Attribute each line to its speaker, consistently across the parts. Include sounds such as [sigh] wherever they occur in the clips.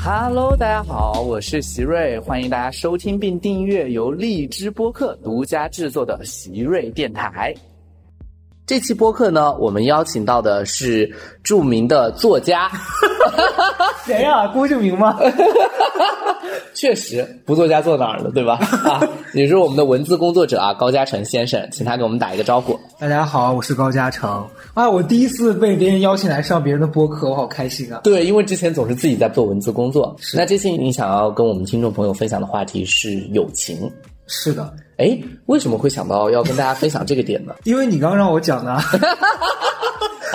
Speaker 1: Hello，大家好，我是席瑞，欢迎大家收听并订阅由荔枝播客独家制作的席瑞电台。这期播客呢，我们邀请到的是著名的作家， [laughs]
Speaker 2: 谁呀？郭敬明吗？
Speaker 1: 确实不作家做哪儿了，对吧？啊，也是我们的文字工作者啊，高嘉诚先生，请他给我们打一个招呼。
Speaker 2: [laughs] 大家好，我是高嘉诚。啊，我第一次被别人邀请来上别人的播客，我好开心啊！
Speaker 1: 对，因为之前总是自己在做文字工作，那这期你想要跟我们听众朋友分享的话题是友情。
Speaker 2: 是的，
Speaker 1: 哎，为什么会想到要跟大家分享这个点呢？
Speaker 2: 因为你刚让我讲的啊，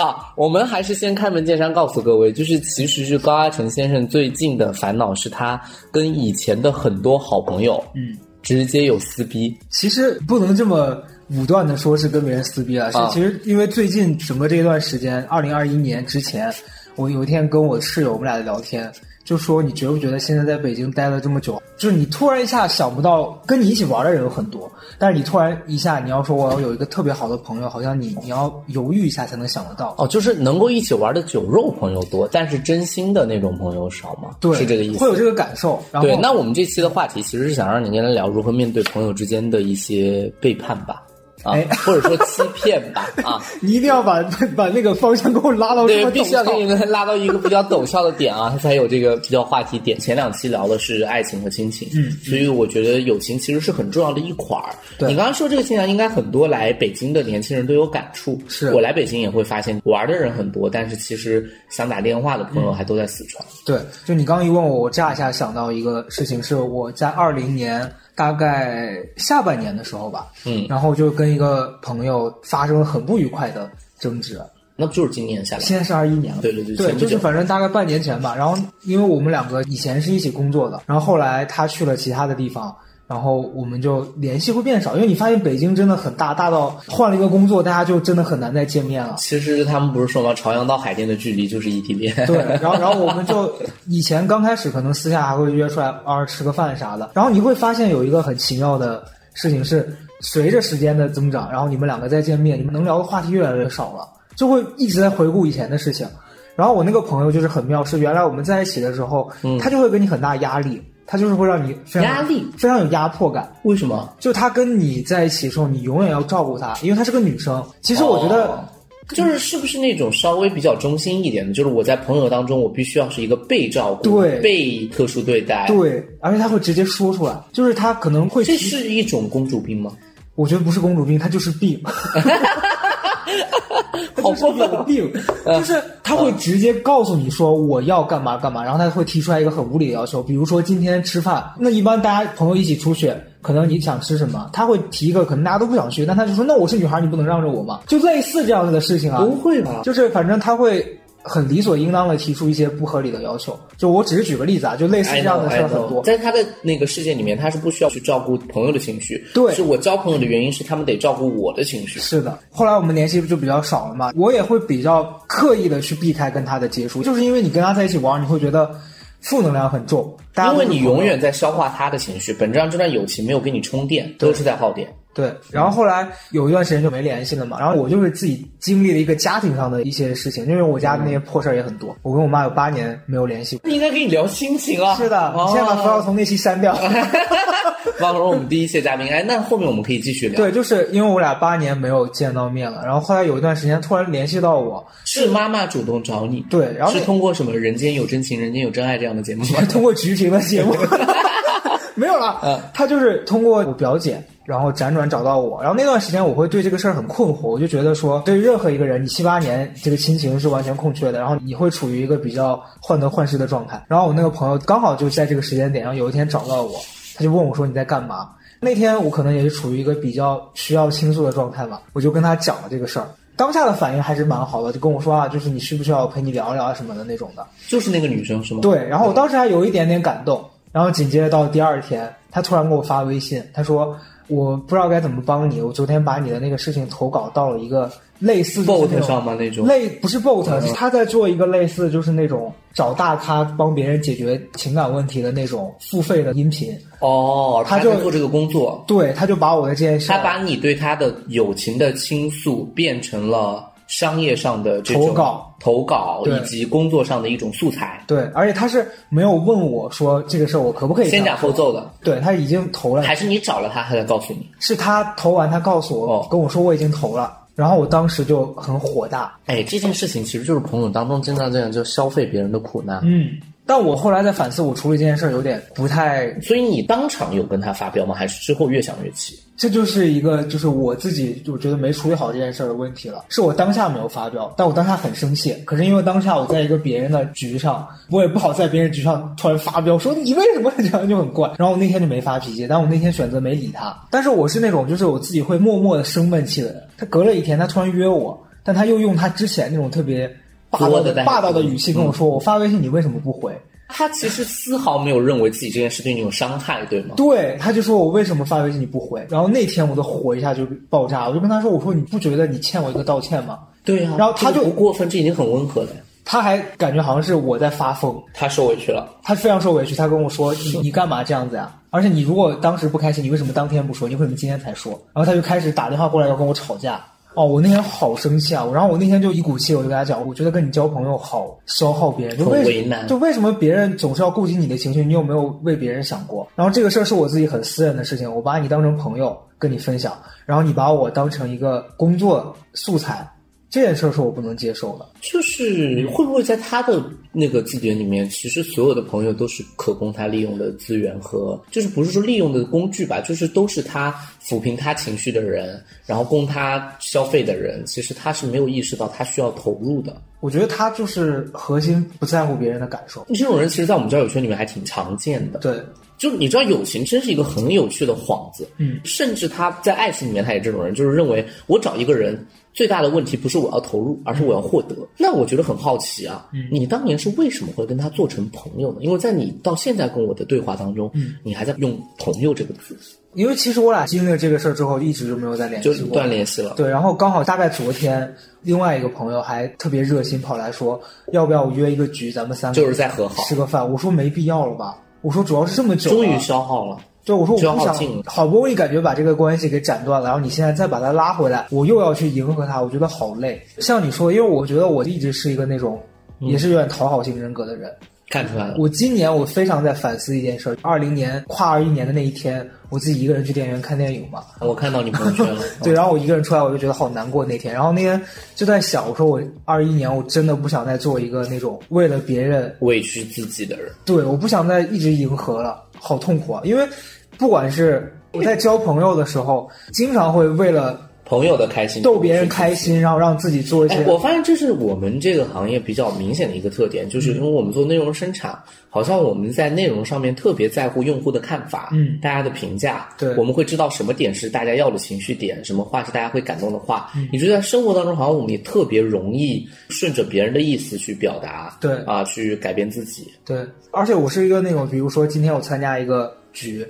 Speaker 2: [laughs]
Speaker 1: 啊，我们还是先开门见山告诉各位，就是其实是高阿成先生最近的烦恼是他跟以前的很多好朋友，
Speaker 2: 嗯，
Speaker 1: 直接有撕逼。
Speaker 2: 其实不能这么武断的说是跟别人撕逼了，是
Speaker 1: 啊
Speaker 2: 其实因为最近整个这一段时间，二零二一年之前，我有一天跟我室友我们俩在聊天。就说你觉不觉得现在在北京待了这么久，就是你突然一下想不到跟你一起玩的人有很多，但是你突然一下你要说我要有一个特别好的朋友，好像你你要犹豫一下才能想得到。
Speaker 1: 哦，就是能够一起玩的酒肉朋友多，但是真心的那种朋友少吗？
Speaker 2: 对，
Speaker 1: 是这个意
Speaker 2: 会
Speaker 1: 思。
Speaker 2: 有这个感受。然后
Speaker 1: 对，那我们这期的话题其实是想让你跟他聊如何面对朋友之间的一些背叛吧，啊，
Speaker 2: 哎
Speaker 1: 或者说欺骗吧，啊，
Speaker 2: 你一定要把 [laughs] 把那个方向给我拉到这
Speaker 1: 对
Speaker 2: 么，
Speaker 1: 必
Speaker 2: 陡
Speaker 1: 须要给
Speaker 2: 峭
Speaker 1: 你。们拉到一个比较陡峭的点啊，它 [laughs] 才有这个比较话题点。前两期聊的是爱情和亲情，
Speaker 2: 嗯
Speaker 1: 所以我觉得友情其实是很重要的一块儿。
Speaker 2: 对
Speaker 1: 你刚刚说这个现象，应该很多来北京的年轻人都有感触。
Speaker 2: 是
Speaker 1: 我来北京也会发现，玩的人很多，但是其实想打电话的朋
Speaker 2: 嗯
Speaker 1: 友还都在四川。
Speaker 2: 对，就你刚刚一问我，我乍一下想到一个事情，是我在二零年大概下半年的时候吧，
Speaker 1: 嗯，
Speaker 2: 然后就跟一个朋友发生了很不愉快的争执。
Speaker 1: 那不就是今年下来？
Speaker 2: 现在是二一年了，
Speaker 1: 对对对前
Speaker 2: 对，
Speaker 1: 不
Speaker 2: 就是
Speaker 1: 久
Speaker 2: 反正大概半年前吧。然后因为我们两个以前是一起工作的，然后后来他去了其他的地方。然后我们就联系会变少，因为你发现北京真的很大，大到换了一个工作，大家就真的很难再见面了。
Speaker 1: 其实他们不是说吗？朝阳到海淀的距离就是异地 [laughs] 恋。
Speaker 2: 对，然后然后我们就以前刚开始可能私下还会约出来啊吃个饭啥的，然后你会发现有一个很奇妙的事情是，随着时间的增长，然后你们两个再见面，你们能聊的话题越来越少了，就会一直在回顾以前的事情。然后我那个朋友就是很妙，是原来我们在一起的时候，
Speaker 1: 嗯
Speaker 2: 他就会给你很大压力，他就是会让你非常
Speaker 1: [laughs] 压力
Speaker 2: 非常有压迫感。
Speaker 1: 为什么？
Speaker 2: 就他跟你在一起的时候，你永远要照顾他，因为她是个女生。其实我觉得、
Speaker 1: 哦就是是不是那种稍微比较中心一点的，就是我在朋友当中，我必须要是一个被照顾、
Speaker 2: 对
Speaker 1: 被特殊对待。，
Speaker 2: 对，而且他会直接说出来，就是他可能会
Speaker 1: 这
Speaker 2: 提
Speaker 1: 是一种公主病吗？
Speaker 2: 我觉得不是公主病，她就是病，
Speaker 1: [laughs] 好过分啊嗯
Speaker 2: 她就是有病，就是她会直接告诉你说我要干嘛干嘛，然后她会提出来一个很无理的要求，比如说今天吃饭，那一般大家朋友一起出去，可能你想吃什么，她会提一个可能大家都不想去，但她就说那我是女孩，你不能让着我嘛，就类似这样子的事情啊，
Speaker 1: 不会吧？
Speaker 2: 就是反正她会。很理所应当的提出一些不合理的要求，就我只是举个例子啊，就类似这
Speaker 1: I
Speaker 2: 样
Speaker 1: know,
Speaker 2: 的事
Speaker 1: I
Speaker 2: 儿很
Speaker 1: know。
Speaker 2: 多。
Speaker 1: 在他的那个世界里面，他是不需要去照顾朋友的情绪。
Speaker 2: 对
Speaker 1: 是我交朋友的原因是他们得照顾我的情绪。
Speaker 2: 是的，后来我们联系就比较少了嘛，我也会比较刻意的去避开跟他的接触，就是因为你跟他在一起玩，你会觉得负能量很重，大家
Speaker 1: 因
Speaker 2: 都
Speaker 1: 为
Speaker 2: 是
Speaker 1: 你
Speaker 2: 朋友
Speaker 1: 永远在消化他的情绪，本质上这段友情没有给你充电，都是在耗电。
Speaker 2: 对。然后后来有一段时间就没联系了嘛，然后我就是自己经历了一个家庭上的一些事情，因为我家那些破事儿也很多，我跟我妈有八年没有联系。
Speaker 1: 应该跟你聊心情啊。
Speaker 2: 是的，
Speaker 1: 哦
Speaker 2: 你现在把
Speaker 1: [laughs]
Speaker 2: 冯绍从那期删掉。
Speaker 1: 包括我们第一期嘉宾，哎，那后面我们可以继续聊。
Speaker 2: 对，就是因为我俩八年没有见到面了，然后后来有一段时间突然联系到我，
Speaker 1: 是妈妈主动找你，
Speaker 2: 对，然后
Speaker 1: 是
Speaker 2: 那
Speaker 1: 通过什么《人间有真情》《人间有真爱》这样的节目吗？
Speaker 2: 通过菊萍的节目，没有啦，
Speaker 1: 嗯
Speaker 2: 他就是通过我表姐，然后辗转找到我。然后那段时间我会对这个事儿很困惑，我就觉得说，对于任何一个人，你七八年这个亲情是完全空缺的，然后你会处于一个比较患得患失的状态。然后我那个朋友刚好就在这个时间点，然后有一天找到我，他就问我说你在干嘛？那天我可能也是处于一个比较需要倾诉的状态嘛，我就跟他讲了这个事儿。当下的反应还是蛮好的，就跟我说啊，就是你需不需要我陪你聊一聊啊什么的那种的。
Speaker 1: [laughs] 就是那个女生是吗？，
Speaker 2: 对，然后我当时还有一点点感动，然后紧接着到第二天，他突然给我发微信，他说我不知道该怎么帮你，我昨天把你的那个事情投稿到了一个类似就是那
Speaker 1: bot
Speaker 2: 种
Speaker 1: 上嗯吗？那种
Speaker 2: 类不是 bot，、他在做一个类似就是那种找大咖帮别人解决情感问题的那种付费的音频，
Speaker 1: 哦，
Speaker 2: 他
Speaker 1: 他
Speaker 2: 就
Speaker 1: 在做这个工作，
Speaker 2: 对，他就把我的这件事
Speaker 1: 他把你对他的友情的倾诉变成了商业上的这种
Speaker 2: 投稿、
Speaker 1: 投稿
Speaker 2: 对
Speaker 1: 以及工作上的一种素材，
Speaker 2: 对，而且他是没有问我说这个事儿我可不可以
Speaker 1: 先
Speaker 2: 这
Speaker 1: 斩
Speaker 2: 样
Speaker 1: 后奏的，
Speaker 2: 对他已经投了，
Speaker 1: 还是你找了他，他才告诉你？
Speaker 2: 是他投完，他告诉我、
Speaker 1: 哦
Speaker 2: 跟我说我已经投了，然后我当时就很火大，
Speaker 1: 哎，这件事情其实就是朋友当中经常这样，就消费别人的苦难。
Speaker 2: 嗯，但我后来在反思，我处理这件事儿有点不太，
Speaker 1: 嗯所以你当场有跟他发飙吗？还是之后越想越气？
Speaker 2: 这就是一个就是我自己我觉得没处理好这件事儿的问题了，是我当下没有发飙，但我当下很生气，可是因为当下我在一个别人的局上，我也不好在别人局上突然发飙，说你为什么这样就很怪，然后我那天就没发脾气，但我那天选择没理他，但是我是那种就是我自己会默默的生闷气的人，他隔了一天他突然约我，但他又用他之前那种特别。霸道
Speaker 1: 作的态
Speaker 2: 的
Speaker 1: 度
Speaker 2: 霸道的语气跟我说：“我发微信你为什么不回？”
Speaker 1: 他其实丝毫没有认为自己这件事对你有伤害，对吗？
Speaker 2: 对，他就说我为什么发微信你不回？然后那天我的火一下就爆炸，我就跟他说，我说你不觉得你欠我一个道歉吗？
Speaker 1: 对啊，
Speaker 2: 然后他
Speaker 1: 这个
Speaker 2: 就
Speaker 1: 不过分，这已经很温和了。
Speaker 2: 他还感觉好像是我在发疯，
Speaker 1: 他收回去了，
Speaker 2: 他非常受委屈，他跟我说你你干嘛这样子呀？而且你如果当时不开心，你为什么当天不说？你为什么今天才说？然后他就开始打电话过来要跟我吵架。哦，我那天好生气啊！然后我那天就一股气，我就跟他讲，我觉得跟你交朋友好消耗别人，就
Speaker 1: 很
Speaker 2: 为
Speaker 1: 为难
Speaker 2: 就为什么别人总是要顾及你的情绪？你有没有为别人想过？然后这个事儿是我自己很私人的事情，我把你当成朋友跟你分享，然后你把我当成一个工作素材，这件事儿是我不能接受的。
Speaker 1: 就是会不会在他的那个字典里面，其实所有的朋友都是可供他利用的资源和，就是不是说利用的工具吧，就是都是他抚平他情绪的人，然后供他消费的人，其实他是没有意识到他需要投入的。
Speaker 2: 我觉得他就是核心不在乎别人的感受。
Speaker 1: 这种人其实，在我们交友圈里面还挺常见的。
Speaker 2: 对，
Speaker 1: 就你知道，友情真是一个很有趣的幌子。
Speaker 2: 嗯，
Speaker 1: 甚至他在爱情里面，他也这种人，就是认为我找一个人最大的问题不是我要投入，而是我要获
Speaker 2: 嗯
Speaker 1: 得。那我觉得很好奇啊，嗯，你当年是为什么会跟他做成朋友呢？因为在你到现在跟我的对话当中，嗯，你还在用“朋友”这个字，
Speaker 2: 因为其实我俩经历了这个事儿之后，一直就没有再联
Speaker 1: 就
Speaker 2: 系过
Speaker 1: 断。联系了。
Speaker 2: 对，然后刚好大概昨天，另外一个朋友还特别热心跑来说，要不要我约一个局，咱们三个
Speaker 1: 就是在和好
Speaker 2: 吃个饭。我说没必要了吧，我说主要是这么久了，
Speaker 1: 终于消耗了，
Speaker 2: 对我说我不
Speaker 1: 消耗
Speaker 2: 想
Speaker 1: 尽了，
Speaker 2: 好不容易感觉把这个关系给斩断了，然后你现在再把它拉回来，我又要去迎合他，我觉得好累。像你说，因为我觉得我一直是一个那种。也是有点讨好型人格的人，
Speaker 1: 看出来了。
Speaker 2: 我今年我非常在反思一件事儿，二零年跨二一年的那一天，我自己一个人去电影院看电影嘛，
Speaker 1: 我看到你朋友圈
Speaker 2: [laughs]，
Speaker 1: 了哦
Speaker 2: 对，然后我一个人出来，我就觉得好难过那天。然后那天就在想，我说我二一年我真的不想再做一个那种为了别人，
Speaker 1: 委屈自己的人，
Speaker 2: 对，我不想再一直迎合了，好痛苦啊！因为不管是我在交朋友的时候，经常会为了
Speaker 1: 朋友的开心
Speaker 2: 逗别人开心，然后让自己做一
Speaker 1: 哎
Speaker 2: 些，
Speaker 1: 我发现这是我们这个行业比较明显的一个特点，
Speaker 2: 嗯
Speaker 1: 就是因为我们做内容生产，好像我们在内容上面特别在乎用户的看法，
Speaker 2: 嗯
Speaker 1: 大家的评价，
Speaker 2: 对
Speaker 1: 我们会知道什么点是大家要的情绪点，什么话是大家会感动的话。
Speaker 2: 嗯
Speaker 1: 你觉得在生活当中，好像我们也特别容易顺着别人的意思去表达，
Speaker 2: 对
Speaker 1: 啊、去改变自己。
Speaker 2: 对，而且我是一个那种，比如说今天我参加一个局，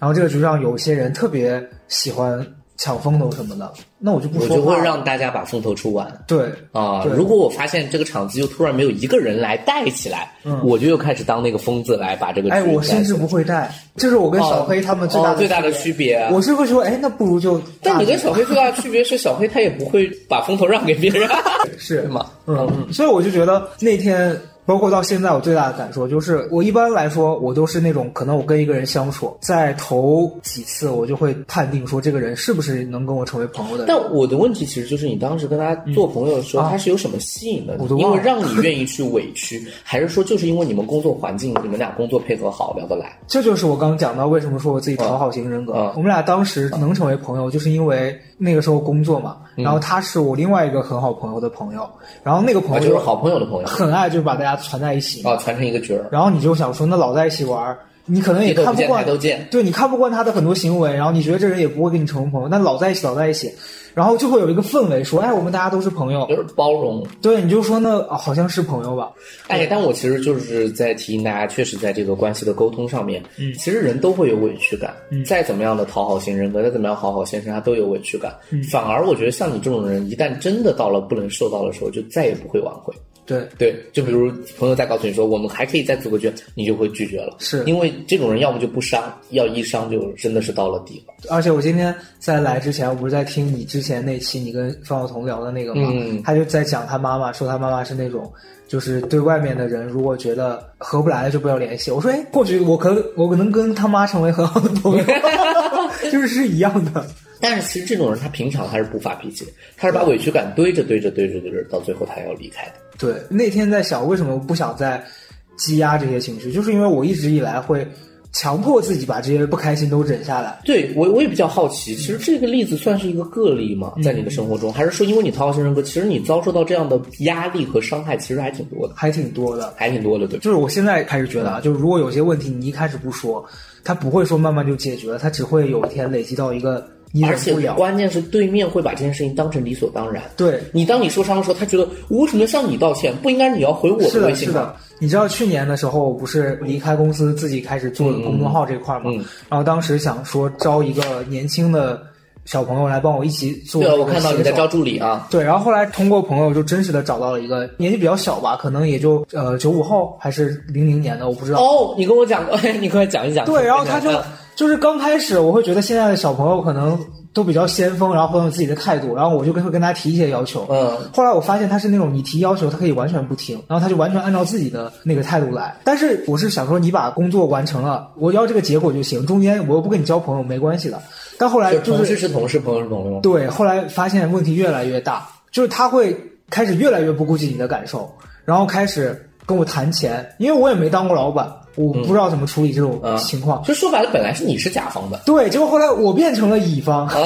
Speaker 2: 然后这个局上有些人特别喜欢抢风头什么的，那我就不
Speaker 1: 我
Speaker 2: 说
Speaker 1: 就
Speaker 2: 话
Speaker 1: 会
Speaker 2: 了。
Speaker 1: 让大家把风头出完
Speaker 2: 对
Speaker 1: 啊、
Speaker 2: 对
Speaker 1: 如果我发现这个场子又突然没有一个人来带起来，
Speaker 2: 嗯
Speaker 1: 我就又开始当那个疯子来把这个
Speaker 2: 哎，
Speaker 1: 局
Speaker 2: 我
Speaker 1: 带
Speaker 2: 甚
Speaker 1: 起
Speaker 2: 至
Speaker 1: 来
Speaker 2: 不会带，这是我跟小黑他们最大
Speaker 1: 哦最大的区别啊
Speaker 2: 我是会说，哎，那不如就
Speaker 1: 但你跟小黑最大的区别是，小黑他也不会把风头让给别人，啊
Speaker 2: 是
Speaker 1: [laughs] 对吗？
Speaker 2: 嗯，所以我就觉得那天，包括到现在，我最大的感受就是，我一般来说，我都是那种可能我跟一个人相处，在头几次我就会判定说这个人是不是能跟我成为朋友的人。
Speaker 1: 但我的问题其实就是，你当时跟他做朋友的时候，
Speaker 2: 嗯啊
Speaker 1: 他是有什么吸引的你？
Speaker 2: 我都
Speaker 1: 因
Speaker 2: 忘
Speaker 1: 为
Speaker 2: 了
Speaker 1: 让你愿意去委屈，还是说就是因为你们工作环境，你们俩工作配合好，聊得来？
Speaker 2: 这就是我刚刚讲到为什么说我自己讨好型人格。
Speaker 1: 嗯嗯
Speaker 2: 我们俩当时能成为朋友，就是因为那个时候工作嘛。
Speaker 1: 嗯
Speaker 2: 然后他是我另外一个很好朋友的朋友，然后那个
Speaker 1: 啊，
Speaker 2: 朋
Speaker 1: 就是
Speaker 2: 友
Speaker 1: 好朋友的朋友
Speaker 2: 很爱就把大家攒在一起嘛。
Speaker 1: 啊，传成一个角儿，
Speaker 2: 然后你就想说，那老在一起玩儿，你可能也
Speaker 1: 低头
Speaker 2: 看
Speaker 1: 不见抬
Speaker 2: 惯，
Speaker 1: 头见。
Speaker 2: 对你看不惯他的很多行为，然后你觉得这人也不会跟你成为朋友，但老在一起，老在一起，然后就会有一个氛围说，哎，我们大家都是朋友，
Speaker 1: 就是包容，
Speaker 2: 对，你就说那、啊好像是朋友吧，
Speaker 1: 哎，但我其实就是在提醒大家，确实在这个关系的沟通上面，嗯，其实人都会有委屈感，嗯，再怎么样的讨好型人格，再怎么样好好先生，他都有委嗯屈感。反而我觉得像你这种人，一旦真的到了不能受到的时候，就再也不会挽回。
Speaker 2: 对，
Speaker 1: 对，就比如朋友再告诉你说我们还可以再组个局，你就会拒绝了，
Speaker 2: 是
Speaker 1: 因为这种人要么就不伤，要一伤就真的是到了底了。
Speaker 2: 而且我今天在来之前，我不是在听你之前那期你跟方晓彤聊的那个嘛，
Speaker 1: 嗯
Speaker 2: 他就在讲他妈妈，说他妈妈是那种，就是对外面的人如果觉得合不来了就不要联系。我说，哎，或许我可我能跟他妈成为很好的朋友， [laughs] 就是是一样的。
Speaker 1: 但是其实这种人他平常他是不发脾气的，他是把委屈感堆着堆着堆着堆着，到最后他要离开的。
Speaker 2: 对，那天在想为什么不想再积压这些情绪，就是因为我一直以来会强迫自己把这些不开心都忍下来。
Speaker 1: 对我我也比较好奇，其实这个例子算是一个个例吗？
Speaker 2: 嗯
Speaker 1: 在你的生活中，还是说因为你讨好型人格，其实你遭受到这样的压力和伤害，其实还挺多的，
Speaker 2: 还挺多的，
Speaker 1: 还挺多的，对吧？
Speaker 2: 就是我现在开始觉得啊，
Speaker 1: 嗯
Speaker 2: 就是如果有些问题你一开始不说，它不会说慢慢就解决了，它只会有一天累积到一个你
Speaker 1: 而
Speaker 2: 忍
Speaker 1: 且
Speaker 2: 不了。
Speaker 1: 关键是对面会把这件事情当成理所当然。
Speaker 2: 对，
Speaker 1: 你当你受伤的时候，他觉得我为什么要向你道歉？不应该你要回我
Speaker 2: 是
Speaker 1: 微
Speaker 2: 的，
Speaker 1: 信
Speaker 2: 是
Speaker 1: 吗？
Speaker 2: 的。你知道去年的时候，我不是离开公司自己开始做公众号这块嘛？
Speaker 1: 嗯嗯
Speaker 2: 然后当时想说招一个年轻的小朋友来帮我一起做，
Speaker 1: 对啊，我看到你在招。助理啊，
Speaker 2: 对，然后后来通过朋友就真实的找到了一个年纪比较小吧，可能也就呃九五后还是零零年的，我不知道。
Speaker 1: 哦，你跟我讲过，你快讲一讲。
Speaker 2: 对，然后他就
Speaker 1: 嗯
Speaker 2: 就是刚开始，我会觉得现在的小朋友可能都比较先锋，然后很有自己的态度，然后我就跟会跟他提一些要求。
Speaker 1: 嗯，
Speaker 2: 后来我发现他是那种你提要求，他可以完全不听，然后他就完全按照自己的那个态度来。但是我是想说，你把工作完成了，我要这个结果就行，中间我又不跟你交朋友，没关系的。但后来
Speaker 1: 就
Speaker 2: 哎就
Speaker 1: 同事
Speaker 2: 是
Speaker 1: 是同事，朋友是朋友。
Speaker 2: 对，后来发现问题越来越大，就是他会开始越来越不顾及你的感受，然后开始跟我谈钱，因为我也没当过老板，我不知道怎么处理这种
Speaker 1: 嗯
Speaker 2: 情况。
Speaker 1: 就说白了，本来是你是甲方的，
Speaker 2: 对，结果后来我变成了乙方， [laughs]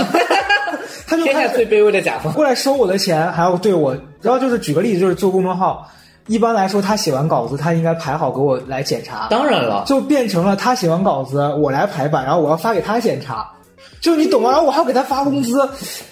Speaker 2: 他就
Speaker 1: 啊天
Speaker 2: 开
Speaker 1: 下
Speaker 2: 始
Speaker 1: 最卑微的甲方。
Speaker 2: 过来收我的钱，还要对我，然后就是举个例子，就是做公众号，一般来说他写完稿子，他应该排好给我来检查，
Speaker 1: 当然了，
Speaker 2: 就变成了他写完稿子，我来排版，然后我要发给他检查，就你懂吗？然后我还要给他发工资，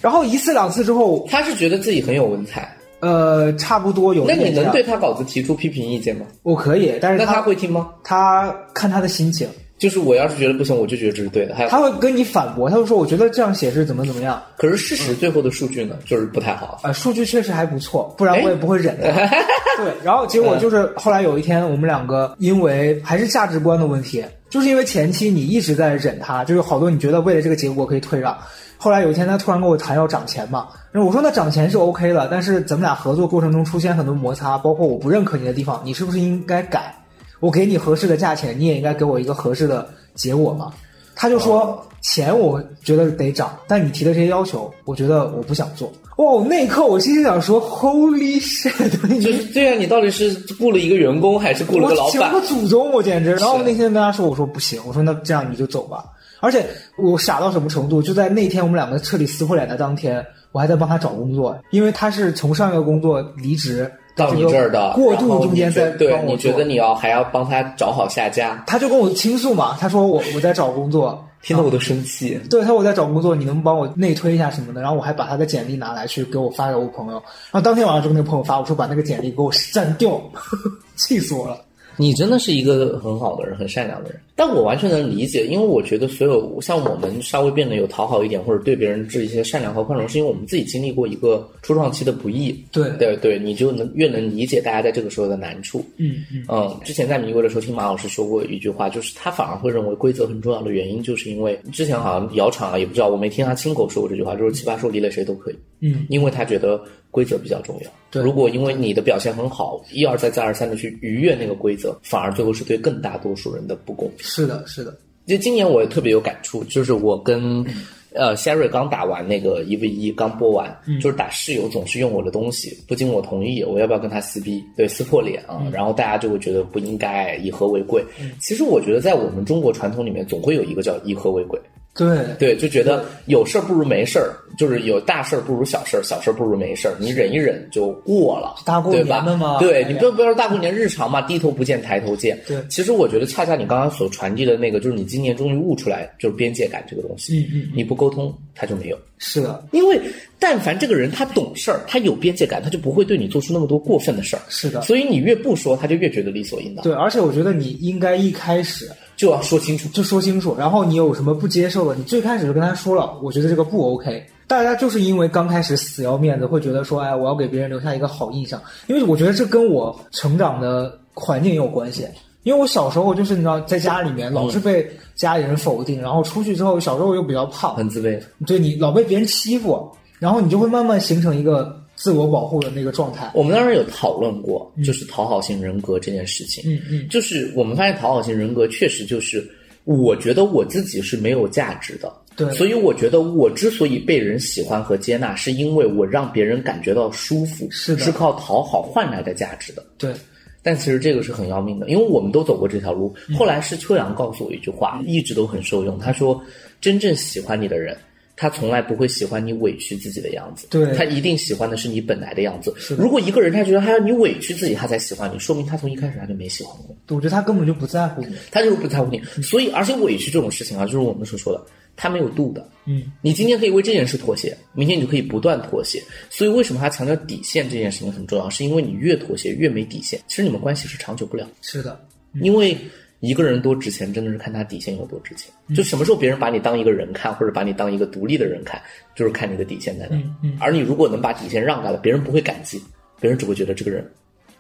Speaker 2: 然后一次两次之后，
Speaker 1: 他是觉得自己很有文采。
Speaker 2: 呃，差不多有
Speaker 1: 那
Speaker 2: 一
Speaker 1: 你
Speaker 2: 点这
Speaker 1: 能
Speaker 2: 样
Speaker 1: 对，他稿子提出批评意见吗？
Speaker 2: 我可以，啊但
Speaker 1: 那
Speaker 2: 是
Speaker 1: 他
Speaker 2: 他
Speaker 1: 会听吗？
Speaker 2: 他看他的心情，
Speaker 1: 就是我要是觉得不行，我就觉得这是对的。还有，
Speaker 2: 他会跟你反驳，他会说我觉得这样写是怎么怎么样，
Speaker 1: 可是事实最后的数据呢，就是不太好。
Speaker 2: 呃，数据确实还不错，不然我也不会忍的。 [laughs] 对，然后结果就是后来有一天，我们两个因为还是价值观的问题，就是因为前期你一直在忍他，就是好多你觉得为了这个结果可以退让。后来有一天，他突然跟我谈要涨钱嘛，然后我说那涨钱是 OK 的，但是咱们俩合作过程中出现很多摩擦，包括我不认可你的地方，你是不是应该改？我给你合适的价钱，你也应该给我一个合适的结果嘛。他就说钱我觉得得涨，但你提的这些要求，我觉得我不想做。哦，那一刻我心里想说，Holy shit！你
Speaker 1: 就是对啊，你到底是雇了一个员工还是雇了个老
Speaker 2: 嗯我请
Speaker 1: 板
Speaker 2: 个？祖宗，我简直。然后那天跟他说，我说不行，我说那这样你就走吧。而且我傻到什么程度？就在那天我们两个彻底撕破脸的当天，我还在帮他找工作，因为他是从上一个工作离职
Speaker 1: 到你这儿的
Speaker 2: 过
Speaker 1: 然
Speaker 2: 渡
Speaker 1: 后
Speaker 2: 中
Speaker 1: 你
Speaker 2: 间
Speaker 1: 觉
Speaker 2: 再
Speaker 1: 对
Speaker 2: 帮，我
Speaker 1: 你觉
Speaker 2: 做
Speaker 1: 得你要还要帮他找好下家，
Speaker 2: 他就跟我倾诉嘛，他说我我在找工作，
Speaker 1: 听得我都生气。
Speaker 2: 对他说我在找工作，你能帮我内推一下什么的？然后我还把他的简历拿来去给我发给我朋友，然后当天晚上就跟那个朋友发，我说把那个简历给我删掉， [laughs] 气死我了。
Speaker 1: 你真的是一个很好的人，很善良的人，但我完全能理解，因为我觉得所有像我们稍微变得有讨好一点，或者对别人这一些善良和宽容，是因为我们自己经历过一个初创期的不易。
Speaker 2: 对 [laughs]
Speaker 1: 对对，你就能越能理解大家在这个时候的难处。
Speaker 2: 嗯嗯，
Speaker 1: 嗯，之前在迷国的时候听马老师说过一句话，就是他反而会认为规则很重要的原因，就是因为之前好像姚厂啊，也不知道我没听他亲口说过这句话，就是奇葩说离了谁都可以，
Speaker 2: 嗯，
Speaker 1: 因为他觉得规则比较重要。
Speaker 2: 对
Speaker 1: 如果因为你的表现很好，一而再再而三的去逾越那个规则，反而最后是对更大多数人的不公平。
Speaker 2: 是的，是的，
Speaker 1: 就今年我也特别有感触，就是我跟呃 Sherry 刚打完那个一 v 一，刚播完，就是打室友总是用我的东西，不经我同意，我要不要跟他撕逼？对，撕破脸啊！然后大家就会觉得不应该，以和为贵。其实我觉得在我们中国传统里面，总会有一个叫以和为贵，
Speaker 2: 对
Speaker 1: 对，就觉得有事儿不如没事儿，就是有大事儿不如小事儿，小事儿不如没事儿，你忍一忍就过了，
Speaker 2: 大过
Speaker 1: 对
Speaker 2: 年
Speaker 1: 吧？
Speaker 2: 的嘛哎
Speaker 1: 对
Speaker 2: 呀
Speaker 1: 你不要不要说大过年日常嘛，低头不见抬头见。
Speaker 2: 对
Speaker 1: 其实我觉得恰恰你刚刚所传递的那个，就是你今年终于悟出来，就是边界感这个东西。
Speaker 2: 嗯嗯，
Speaker 1: 你不沟通，他就没有。
Speaker 2: 是的，
Speaker 1: 因为但凡这个人他懂事儿，他有边界感，他就不会对你做出那么多过分的事儿。
Speaker 2: 是的。
Speaker 1: 所以你越不说，他就越觉得理所应当，
Speaker 2: 对，而且我觉得你应该一开始
Speaker 1: 就要说清楚。
Speaker 2: 就说清楚，然后你有什么不接受的，你最开始就跟他说了，我觉得这个不 OK，大家就是因为刚开始死要面子，会觉得说，哎，我要给别人留下一个好印象，因为我觉得这跟我成长的环境也有关系。因为我小时候就是你知道，在家里面老是被家里人否定，然后出去之后，小时候又比较胖，
Speaker 1: 很自卑。
Speaker 2: 对你老被别人欺负，然后你就会慢慢形成一个自我保护的那个状态。
Speaker 1: 我们当时有讨论过，就是讨好型人格这件事情。
Speaker 2: 嗯嗯，
Speaker 1: 就是我们发现讨好型人格确实就是，我觉得我自己是没有价值的，
Speaker 2: 对，
Speaker 1: 所以我觉得我之所以被人喜欢和接纳，是因为我让别人感觉到舒服，
Speaker 2: 是的
Speaker 1: 是靠讨好换来的价值的。
Speaker 2: 对，
Speaker 1: 但其实这个是很要命的，因为我们都走过这条路。
Speaker 2: 嗯
Speaker 1: 后来是秋阳告诉我一句话，一直都很受用。他说，真正喜欢你的人，他从来不会喜欢你委屈自己的样子，
Speaker 2: 对
Speaker 1: 他一定喜欢的是你本来的样子
Speaker 2: 是。的
Speaker 1: 如果一个人他觉得他要你委屈自己，他才喜欢你，说明他从一开始他就没喜欢过，
Speaker 2: 我觉得他根本就不在乎你。
Speaker 1: 他就是不在乎你。
Speaker 2: 嗯
Speaker 1: 所以，而且委屈这种事情啊，就是我们所说的，他没有度的。
Speaker 2: 嗯，
Speaker 1: 你今天可以为这件事妥协，明天你就可以不断妥协。所以为什么他强调底线这件事情很重要？是因为你越妥协越没底线，其实你们关系是长久不了的。
Speaker 2: 是的，
Speaker 1: 因为一个人多值钱，真的是看他底线有多值钱。
Speaker 2: 嗯
Speaker 1: 就什么时候别人把你当一个人看，或者把你当一个独立的人看，就是看你的底线在哪。
Speaker 2: 嗯嗯
Speaker 1: 而你如果能把底线让开了，别人不会感激，别人只会觉得这个人，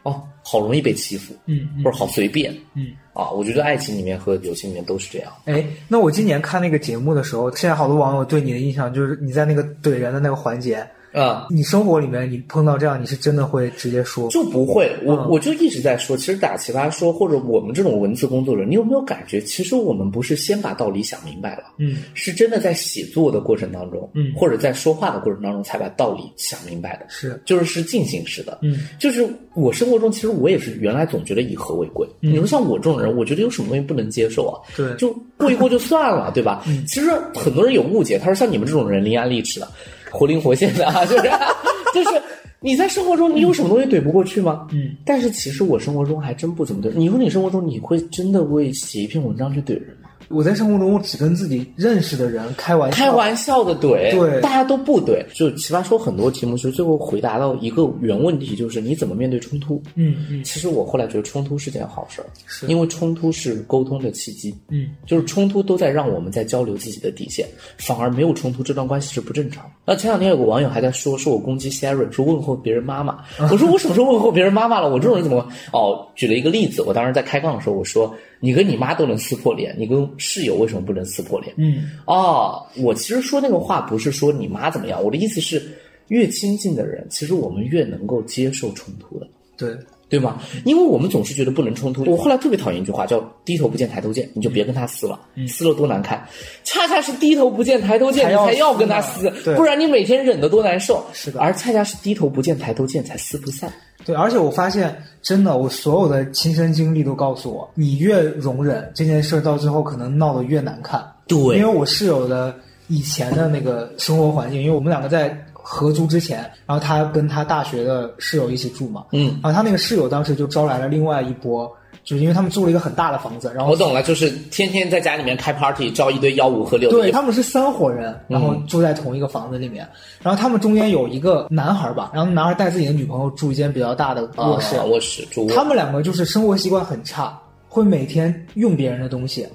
Speaker 1: 哦，好容易被欺负，
Speaker 2: 嗯嗯
Speaker 1: 或者好随便。
Speaker 2: 嗯，
Speaker 1: 啊，我觉得爱情里面和友情里面都是这样。
Speaker 2: 哎，那我今年看那个节目的时候，现在好多网友对你的印象就是你在那个怼人的那个环节，
Speaker 1: 啊、
Speaker 2: 你生活里面你碰到这样，你是真的会直接说。
Speaker 1: 就不会，我、
Speaker 2: 嗯
Speaker 1: 我就一直在说，其实打奇葩说或者我们这种文字工作者，你有没有感觉，其实我们不是先把道理想明白了，
Speaker 2: 嗯
Speaker 1: 是真的在写作的过程当中，
Speaker 2: 嗯
Speaker 1: 或者在说话的过程当中才把道理想明白的，
Speaker 2: 是，
Speaker 1: 就是是进行式的。
Speaker 2: 嗯
Speaker 1: 就是我生活中，其实我也是原来总觉得以和为贵。你说像我这种人，我觉得有什么东西不能接受啊？
Speaker 2: 嗯对嗯
Speaker 1: 就过一过就算了，对吧？ [laughs] 其实很多人有误解，他说像你们这种人伶牙俐齿的，活灵活现的啊，就是就是你在生活中你有什么东西怼不过去吗？
Speaker 2: 嗯，
Speaker 1: 但是其实我生活中还真不怎么怼。你说你生活中你会真的为写一篇文章去怼人吗？
Speaker 2: 我在生活中我只跟自己认识的人开玩笑。
Speaker 1: 开玩笑的怼，
Speaker 2: 对
Speaker 1: 大家都不怼。就奇葩说很多题目，其实最后回答到一个原问题，就是你怎么面对冲突？
Speaker 2: 嗯嗯
Speaker 1: 其实我后来觉得冲突是件好事儿，
Speaker 2: 是
Speaker 1: 因为冲突是沟通的契机，
Speaker 2: 嗯，
Speaker 1: 就是冲突都在让我们在交流自己的底线，反而没有冲突，这段关系是不正常的。那前两天有个网友还在说，说我攻击 Sharon，说问候别人妈妈，
Speaker 2: 嗯
Speaker 1: 我说我什么时候问候别人妈妈了？我这种人怎么？哦，举了一个例子，我当时在开杠的时候，我说你跟你妈都能撕破脸，你跟室友为什么不能撕破脸？
Speaker 2: 嗯
Speaker 1: 哦，我其实说那个话不是说你妈怎么样，我的意思是，越亲近的人，其实我们越能够接受冲突的。
Speaker 2: 对，
Speaker 1: 对吗？因为我们总是觉得不能冲突。我后来特别讨厌一句话，叫“低头不见抬头见”，你就别跟他撕了，撕了多难看。恰恰是低头不见抬头见，
Speaker 2: 才
Speaker 1: 你
Speaker 2: 嗯要
Speaker 1: 才要
Speaker 2: 撕
Speaker 1: 跟他
Speaker 2: 呢
Speaker 1: 撕
Speaker 2: 对，
Speaker 1: 不然你每天忍得多难受。
Speaker 2: 是的
Speaker 1: 而恰恰是低头不见抬头见，才撕不散。
Speaker 2: 对，而且我发现，真的，我所有的亲身经历都告诉我，你越容忍这件事，到最后可能闹得越难看。
Speaker 1: 对
Speaker 2: 因为我室友的以前的那个生活环境，因为我们两个在合租之前，然后他跟他大学的室友一起住嘛，
Speaker 1: 嗯，
Speaker 2: 然后他那个室友当时就招来了另外一波，就是因为他们租了一个很大的房子，然后
Speaker 1: 我懂了，就是天天在家里面开 party，招一堆幺五和六的
Speaker 2: 对
Speaker 1: 也，
Speaker 2: 他们是三伙人，
Speaker 1: 嗯
Speaker 2: 然后住在同一个房子里面，然后他们中间有一个男孩吧，然后男孩带自己的女朋友住一间比较大的
Speaker 1: 啊
Speaker 2: 卧室，
Speaker 1: 卧室住
Speaker 2: 他
Speaker 1: 卧。
Speaker 2: 们两个就是生活习惯很差，会每天用别人的东西，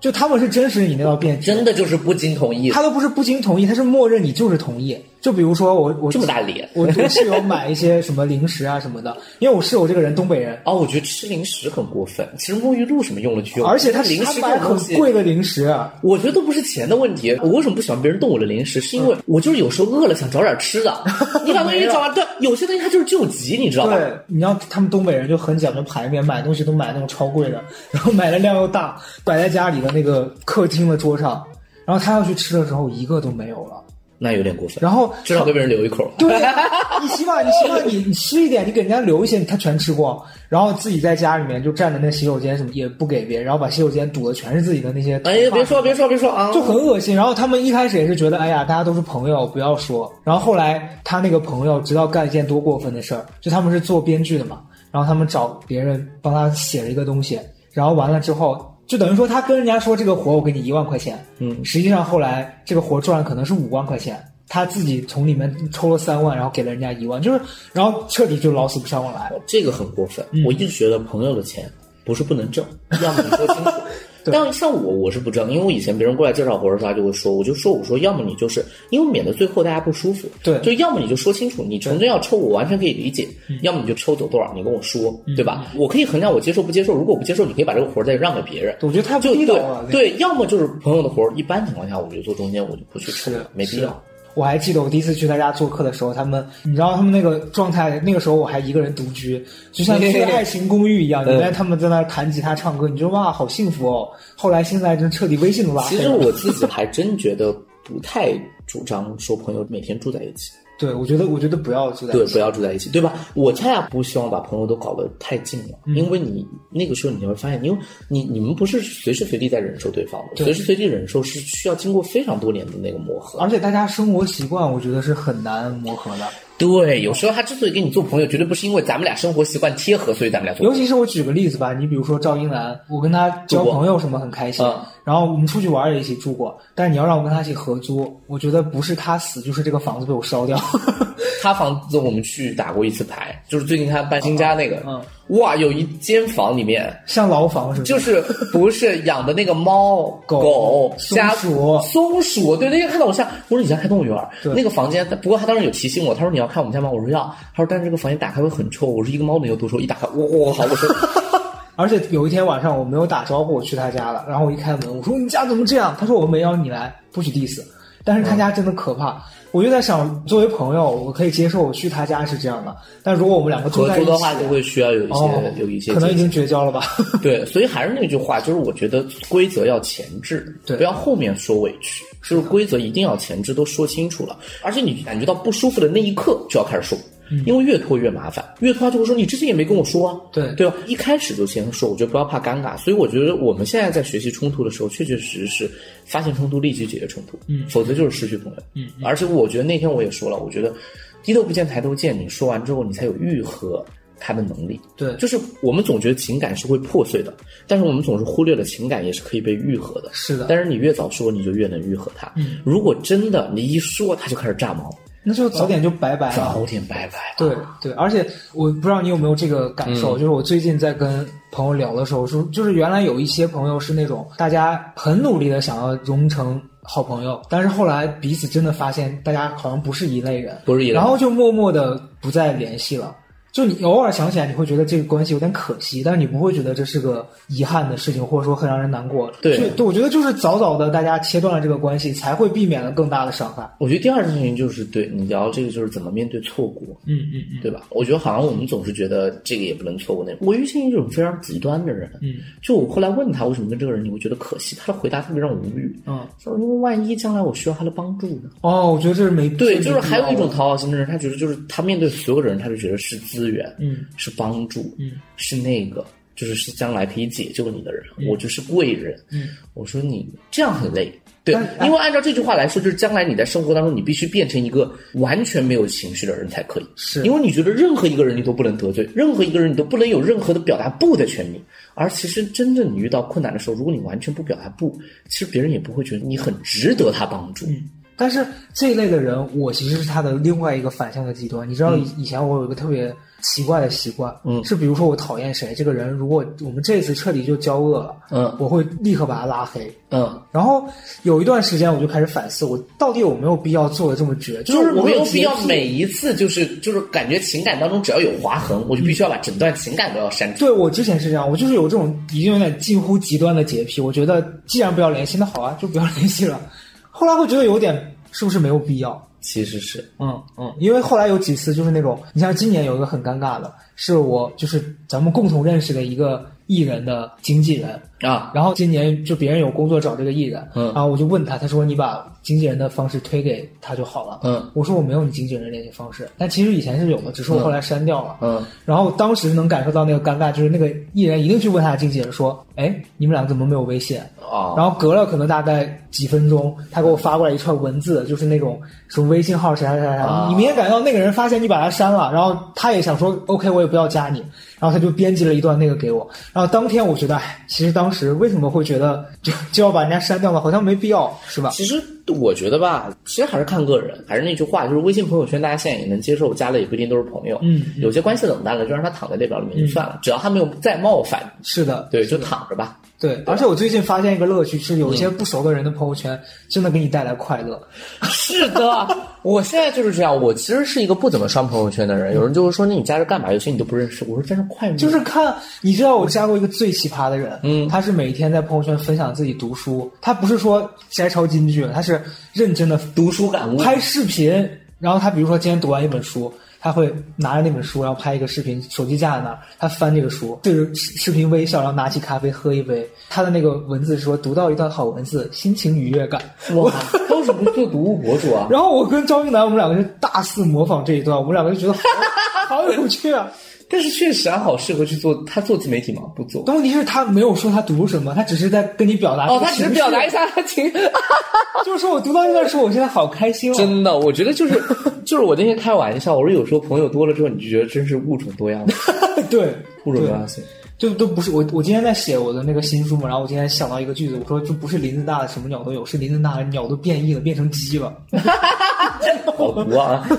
Speaker 2: 就他们是真实你那道辩题，
Speaker 1: 真的就是不经同意，
Speaker 2: 他都不是不经同意，他是默认你就是同意。就比如说我我
Speaker 1: 这么大脸
Speaker 2: 我我室友买一些什么零食啊什么的，因为我室友这个人东北人，
Speaker 1: 哦，我觉得吃零食很过分。其实沐浴露什么用了去用，
Speaker 2: 而且他
Speaker 1: 零食
Speaker 2: 他买
Speaker 1: 这种东
Speaker 2: 很
Speaker 1: 西
Speaker 2: 贵的零食，啊
Speaker 1: 我觉得都不是钱的问题，我为什么不喜欢别人动我的零食？是因为
Speaker 2: 嗯
Speaker 1: 我就是有时候饿了想找点吃
Speaker 2: [laughs]
Speaker 1: 的，你把东西找完，对，有些东西它就是救急，你知道吧？
Speaker 2: 对，你知道他们东北人就很讲究排面，买东西都买那种超贵的，然后买的量又大，摆在家里的那个客厅的桌上，然后他要去吃的时候一个都没有了，
Speaker 1: 那有点过分，
Speaker 2: 然后
Speaker 1: 至少给别人留一口。
Speaker 2: 对啊，你起码你起码你你吃一点，你给人家留一些，他全吃光，然后自己在家里面就占着那洗手间什么也不给别人，然后把洗手间堵的全是自己的那些。
Speaker 1: 哎呀，别。说别说别说啊！
Speaker 2: 就很恶心，然后他们一开始也是觉得，哎呀，大家都是朋友，不要说。然后后来他那个朋友直到干一件多过分的事儿，就他们是做编剧的嘛，然后他们找别人帮他写了一个东西，然后完了之后，就等于说他跟人家说这个活我给你一万块钱，
Speaker 1: 嗯
Speaker 2: 实际上后来这个活赚了可能是五万块钱，他自己从里面抽了三万，然后给了人家一万，就是然后彻底就老死不
Speaker 1: 哦
Speaker 2: 相往来。嗯
Speaker 1: 这个很过分，我一直觉得朋友的钱不是不能挣，要么你说清楚，
Speaker 2: [laughs] 对
Speaker 1: 但像我，我是不知道，因为我以前别人过来介绍活儿啥，就会说，我就说我说，要么你就是因为免得最后大家不舒服，
Speaker 2: 对嗯
Speaker 1: 就要么你就说清楚，你纯粹要抽，我完全可以理解，要么你就抽走多少，你跟我说，对吧？我可以衡量我接受不接受，如果不接受，你可以把这个活儿再让给别人。
Speaker 2: 我觉得太不啊
Speaker 1: 就对
Speaker 2: 地道了。那个，
Speaker 1: 对，要么就是朋友的活儿，一般情况下我就坐中间，我就不去抽
Speaker 2: 是
Speaker 1: 了，没必
Speaker 2: 是啊
Speaker 1: 要。
Speaker 2: 我还记得我第一次去他家做客的时候，他们，你知道他们那个状态，那个时候我还一个人独居，就像去爱情公寓
Speaker 1: 嗯
Speaker 2: 一样。原来他们在那儿弹吉他唱歌，你说哇，好幸福哦。后来现在真彻底微信都拉
Speaker 1: 其
Speaker 2: 黑了。
Speaker 1: 实我自己还真觉得不太主张说朋友每天住在一起，
Speaker 2: 对，我觉得我觉得不要住在
Speaker 1: 对，不要住在一起，对吧？我恰恰不希望把朋友都搞得太近了，
Speaker 2: 嗯
Speaker 1: 因为你那个时候你会发现，因为你你们不是随时随地在忍受对方的，随时随地忍受是需要经过非常多年的那个磨合。
Speaker 2: 而且大家生活习惯，我觉得是很难磨合的。
Speaker 1: 对，有时候他之所以跟你做朋友，绝对不是因为咱们俩生活习惯贴合，所以咱们俩做
Speaker 2: 尤
Speaker 1: 朋友。
Speaker 2: 其是我举个例子吧，你比如说赵英男，我跟他交朋友什么很开心
Speaker 1: 嗯，
Speaker 2: 然后我们出去玩也一起住过，但是你要让我跟他一起合租，我觉得不是他死，就是这个房子被我烧掉。 [laughs]
Speaker 1: 他房子我们去打过一次牌，就是最近他搬新家那个，
Speaker 2: 嗯
Speaker 1: 哇，有一间房里面
Speaker 2: 像牢房是不
Speaker 1: [laughs]
Speaker 2: 是？
Speaker 1: 就是不是养的那个猫、
Speaker 2: 狗
Speaker 1: 狗、
Speaker 2: 松
Speaker 1: 家
Speaker 2: 鼠
Speaker 1: 松鼠，对，那天看到我像，我说你家开动物园儿，
Speaker 2: 对
Speaker 1: 那个房间，不过他当时有提醒我，他说你要看我们家吗？我说要，他说但是这个房间打开会很臭，我说一个猫能有多臭？一打开，哇哇，好，我
Speaker 2: [laughs]
Speaker 1: 说
Speaker 2: 而且有一天晚上我没有打招呼，我去他家了，然后我一开门，我说你家怎么这样？他说我没邀你来，不许 diss。但是他家真的可怕，
Speaker 1: 嗯
Speaker 2: 我就在想，作为朋友，我可以接受我去他家是这样的，但如果我们两个住
Speaker 1: 合
Speaker 2: 在
Speaker 1: 租
Speaker 2: 一起，
Speaker 1: 的话就会需要有一些、
Speaker 2: 哦，
Speaker 1: 有一些
Speaker 2: 可能已
Speaker 1: 界
Speaker 2: 经绝交了吧。
Speaker 1: 限对，所以还是那句话，就是我觉得规则要前置，
Speaker 2: 对
Speaker 1: 不要后面说委屈，就是规则一定要前置都说清楚了，而且你感觉到不舒服的那一刻就要开始说。
Speaker 2: 嗯
Speaker 1: 因为越拖越麻烦，越拖他就会说你之前也没跟我说啊，
Speaker 2: 对
Speaker 1: 对吧？一开始就先说，我觉得不要怕尴尬。所以我觉得我们现在在学习冲突的时候，确确实实是发现冲突立即解决冲突，嗯，否则就是失去朋友，嗯。而且我觉得那天我也说了，我觉得低头不见抬头见，你说完之后你才有愈合他的能力。
Speaker 2: [laughs] 对
Speaker 1: 就是我们总觉得情感是会破碎的，但是我们总是忽略了情感也是可以被愈合的。
Speaker 2: 是的
Speaker 1: 但是你越早说，你就越能愈合它。嗯，如果真的你一说，它就开始炸毛，
Speaker 2: 那就早点就拜拜了。
Speaker 1: 早点拜拜。
Speaker 2: 对对，而且我不知道你有没有这个感受，
Speaker 1: 嗯
Speaker 2: 就是我最近在跟朋友聊的时候说，就是原来有一些朋友是那种大家很努力的想要融成好朋友，但是后来彼此真的发现大家好像不是一类人，
Speaker 1: 不是一类人
Speaker 2: 然后就默默的不再联系了。就你偶尔想起来，你会觉得这个关系有点可惜，但是你不会觉得这是个遗憾的事情，或者说很让人难过。
Speaker 1: 对
Speaker 2: 所以对，我觉得就是早早的大家切断了这个关系，才会避免了更大的伤害。
Speaker 1: 我觉得第二件事情就是对你聊这个就是怎么面对错过，
Speaker 2: 嗯嗯嗯，
Speaker 1: 对吧？我觉得好像我们总是觉得这个也不能错过那个。我遇见一种非常极端的人，
Speaker 2: 嗯，
Speaker 1: 就我后来问他为什么跟这个人你会觉得可惜，他的回答特别让我无语。
Speaker 2: 嗯，
Speaker 1: 说因为万一将来我需要他的帮助呢？
Speaker 2: 哦，我觉得这是没
Speaker 1: 对，
Speaker 2: 这
Speaker 1: 就是
Speaker 2: 没
Speaker 1: 还有
Speaker 2: 必
Speaker 1: 一
Speaker 2: 要
Speaker 1: 种讨好型的人，他觉得就是他面对所有的人，他就觉得是资源，
Speaker 2: 嗯，
Speaker 1: 是帮助，
Speaker 2: 嗯，
Speaker 1: 是那个，就是是将来可以解救你的人，我就是贵人，
Speaker 2: 嗯，
Speaker 1: 我说你这样很累。对
Speaker 2: 但，
Speaker 1: 因为按照这句话来说，就是将来你在生活当中，你必须变成一个完全没有情绪的人才可以。
Speaker 2: 是
Speaker 1: 因为你觉得任何一个人你都不能得罪，任何一个人你都不能有任何的表达不的权利。而其实真正你遇到困难的时候，如果你完全不表达不，其实别人也不会觉得你很值得他帮助。
Speaker 2: 嗯但是这一类的人，我其实是他的另外一个反向的极端。你知道，以以前我有一个特别奇怪的习惯，
Speaker 1: 嗯
Speaker 2: 是比如说我讨厌谁，这个人如果我们这次彻底就交恶了，
Speaker 1: 嗯
Speaker 2: 我会立刻把他拉黑。
Speaker 1: 嗯，
Speaker 2: 然后有一段时间，我就开始反思，我到底有没有必要做的这么绝？
Speaker 1: 就是是
Speaker 2: 我
Speaker 1: 没有
Speaker 2: 洁
Speaker 1: 必要
Speaker 2: 癖
Speaker 1: 每一次就是就是感觉情感当中只要有划痕，我就必须要把整段情感都要删除。
Speaker 2: 对我之前是这样，我就是有这种已经有点近乎极端的洁癖。我觉得既然不要联系，那好啊，就不要联系了。后来会觉得有点是不是没有必要？
Speaker 1: 其实是
Speaker 2: 嗯，嗯，因为后来有几次就是那种，你像今年有一个很尴尬的，是我就是咱们共同认识的一个艺人的经纪人，
Speaker 1: 啊，
Speaker 2: 然后今年就别人有工作找这个艺人，
Speaker 1: 嗯
Speaker 2: 然后我就问他，他说你把经纪人的方式推给他就好了，
Speaker 1: 嗯
Speaker 2: 我说我没有你经纪人的联系方式，但其实以前是有的，只是我后来删掉了，
Speaker 1: 嗯，
Speaker 2: 然后当时能感受到那个尴尬，就是那个艺人一定去问他的经纪人说，哎，你们俩怎么没有微信？啊
Speaker 1: 哦，
Speaker 2: 然后隔了可能大概几分钟，他给我发过来一串文字，就是那种什么微信号谁谁谁谁
Speaker 1: 啊，
Speaker 2: 你明显感觉到那个人发现你把他删了，然后他也想说 OK 我也不要加你，然后他就编辑了一段那个给我，然后当天我觉得，哎，其实当时为什么会觉得就就要把人家删掉呢？好像没必要，是吧？
Speaker 1: 其实我觉得吧，其实还是看个人。还是那句话，就是微信朋友圈，大家现在也能接受，加了也不一定都是朋友。
Speaker 2: 嗯，
Speaker 1: 嗯有些关系冷淡了，就让他躺在列表里面就算了，只要他没有再冒犯，
Speaker 2: 是的，
Speaker 1: 对，就躺着吧。
Speaker 2: 对，而且我最近发现一个乐趣是，有一些不熟的人的朋友圈真的给你带来快乐。
Speaker 1: 是的， [laughs] 我现在就是这样。我其实是一个不怎么刷朋友圈的人。有人就会说：“那你加这干嘛？”有些你都不认识。我说：“嗯真是快乐。”
Speaker 2: 就是看，你知道我加过一个最奇葩的人，嗯，他是每天在朋友圈分享自己读书，他不是说摘抄金句，他是认真的
Speaker 1: 读书感悟
Speaker 2: 拍视频。然后他比如说今天读完一本书，他会拿着那本书，然后拍一个视频，手机架在那儿，他翻这个书，对着视视频微笑，然后拿起咖啡喝一杯。他的那个文字说读到一段好文字，心情愉悦感。
Speaker 1: 哇，当时不是做读物博主啊？
Speaker 2: 然后我跟张一楠，我们两个就大肆模仿这一段，我们两个就觉得好
Speaker 1: [laughs]
Speaker 2: 好有趣啊。
Speaker 1: 但是确实还啊好适合去做，他做自媒体吗？不做。
Speaker 2: 但问题是，他没有说他读什么，他只是在跟你表达
Speaker 1: 哦，他只是表达一下他情。
Speaker 2: 就是说我读到这段书，我现在好开心哦。
Speaker 1: [laughs] 真的，我觉得就是就是我那天开玩笑，我说有时候朋友多了之后，你就觉得真是物种多样性，
Speaker 2: [laughs] 对，
Speaker 1: 物种多样性。
Speaker 2: 就都不是我，我今天在写我的那个新书嘛，然后我今天想到一个句子，我说这不是林子大的什么鸟都有，是林子大的鸟都变异了，变成鸡了。
Speaker 1: 好毒啊！ [laughs]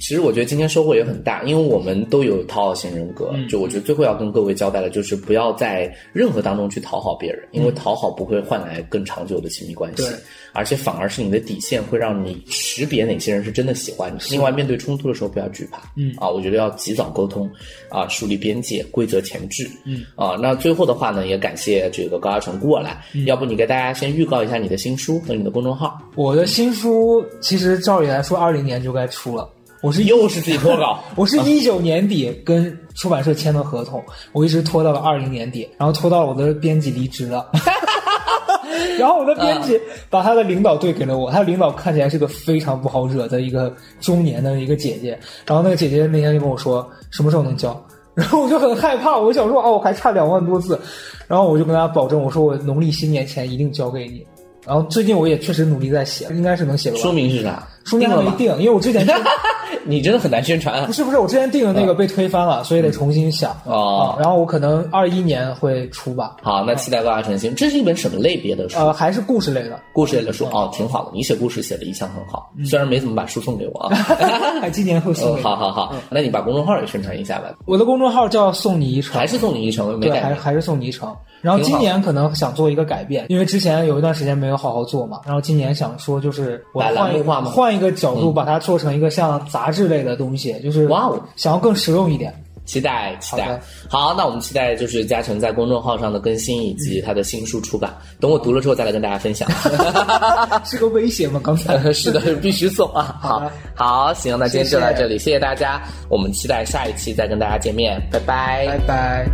Speaker 1: 其实我觉得今天收获也很大，因为我们都有讨好型人格。就我觉得最后要跟各位交代的，就是不要在任何当中去讨好别人，因为讨好不会换来更长久的亲密关系
Speaker 2: 对，
Speaker 1: 而且反而是你的底线会让你识别哪些人是真的喜欢你。另外，面对冲突的时候不要惧怕，
Speaker 2: 嗯
Speaker 1: 啊，我觉得要及早沟通，啊，树立边界，规则前置，嗯啊，那最后的话呢，也感谢这个高嘉诚过来，要不你给大家先预告一下你的新书和你的公众号，
Speaker 2: 我的新书其实照理来说，二零年就该出了。我是
Speaker 1: [laughs] 又是自己脱稿。
Speaker 2: 我是一九年底跟出版社签的合同，我一直拖到了二零年底，然后拖到了我的编辑离职了。 [laughs] 然后我的编辑把他的领导对给了我，他的领导看起来是个非常不好惹的一个中年的一个姐姐。然后那个姐姐那天就跟我说什么时候能交，然后我就很害怕，我想说哦，我还差两万多字，然后我就跟他保证，我说我农历新年前一定交给你。然后最近我也确实努力在写，应该是能写得
Speaker 1: 书
Speaker 2: 完。
Speaker 1: 名是啥？
Speaker 2: 书名还
Speaker 1: 定了
Speaker 2: 没
Speaker 1: 吗？
Speaker 2: 定，因为我之前
Speaker 1: 你真的很难宣传啊
Speaker 2: 不！是不是，我之前定的那个被推翻了，所以得重新想。
Speaker 1: 嗯哦
Speaker 2: 啊，然后我可能二一年会出吧，
Speaker 1: 好，那期待高大成新。这是一本什么类别的书？
Speaker 2: 呃，还是故事类
Speaker 1: [laughs]
Speaker 2: 的，
Speaker 1: 故事类的书哦，挺好的。你写故事写的一向很好，虽然没怎么把书送给我啊。
Speaker 2: 还今年会
Speaker 1: 嗯，
Speaker 2: 送给你。
Speaker 1: 好好好，那你把公众号也宣传一下吧。
Speaker 2: 哦我的公众号叫送你一程
Speaker 1: 还，是送你一程，没
Speaker 2: 对，还
Speaker 1: 改
Speaker 2: 是
Speaker 1: 名。
Speaker 2: 还是送你一程。然后今年可能想做一个改变，因为之前有一段时间没有好好做嘛，然后今年想说就是我
Speaker 1: 把栏
Speaker 2: 换
Speaker 1: 目
Speaker 2: 一
Speaker 1: 化
Speaker 2: 个
Speaker 1: 吗嗯
Speaker 2: 换一个角度，把它做成一个像杂志类的东西，就是
Speaker 1: 哇哦，
Speaker 2: 想要更实用一
Speaker 1: [laughs]
Speaker 2: 点。
Speaker 1: 期待期
Speaker 2: 好
Speaker 1: 待
Speaker 2: 的。
Speaker 1: 好，那我们期待就是嘉诚在公众号上的更新以及他的新书出版。等我读了之后再来跟大家分享。
Speaker 2: 啊是个威胁吗？刚才
Speaker 1: 是 [laughs] 的，必须送啊！
Speaker 2: 好
Speaker 1: 好
Speaker 2: 的
Speaker 1: 好，行，那今天就到
Speaker 2: 谢谢
Speaker 1: 这里，谢谢大家，我们期待下一期再跟大家见面，拜
Speaker 2: 拜拜。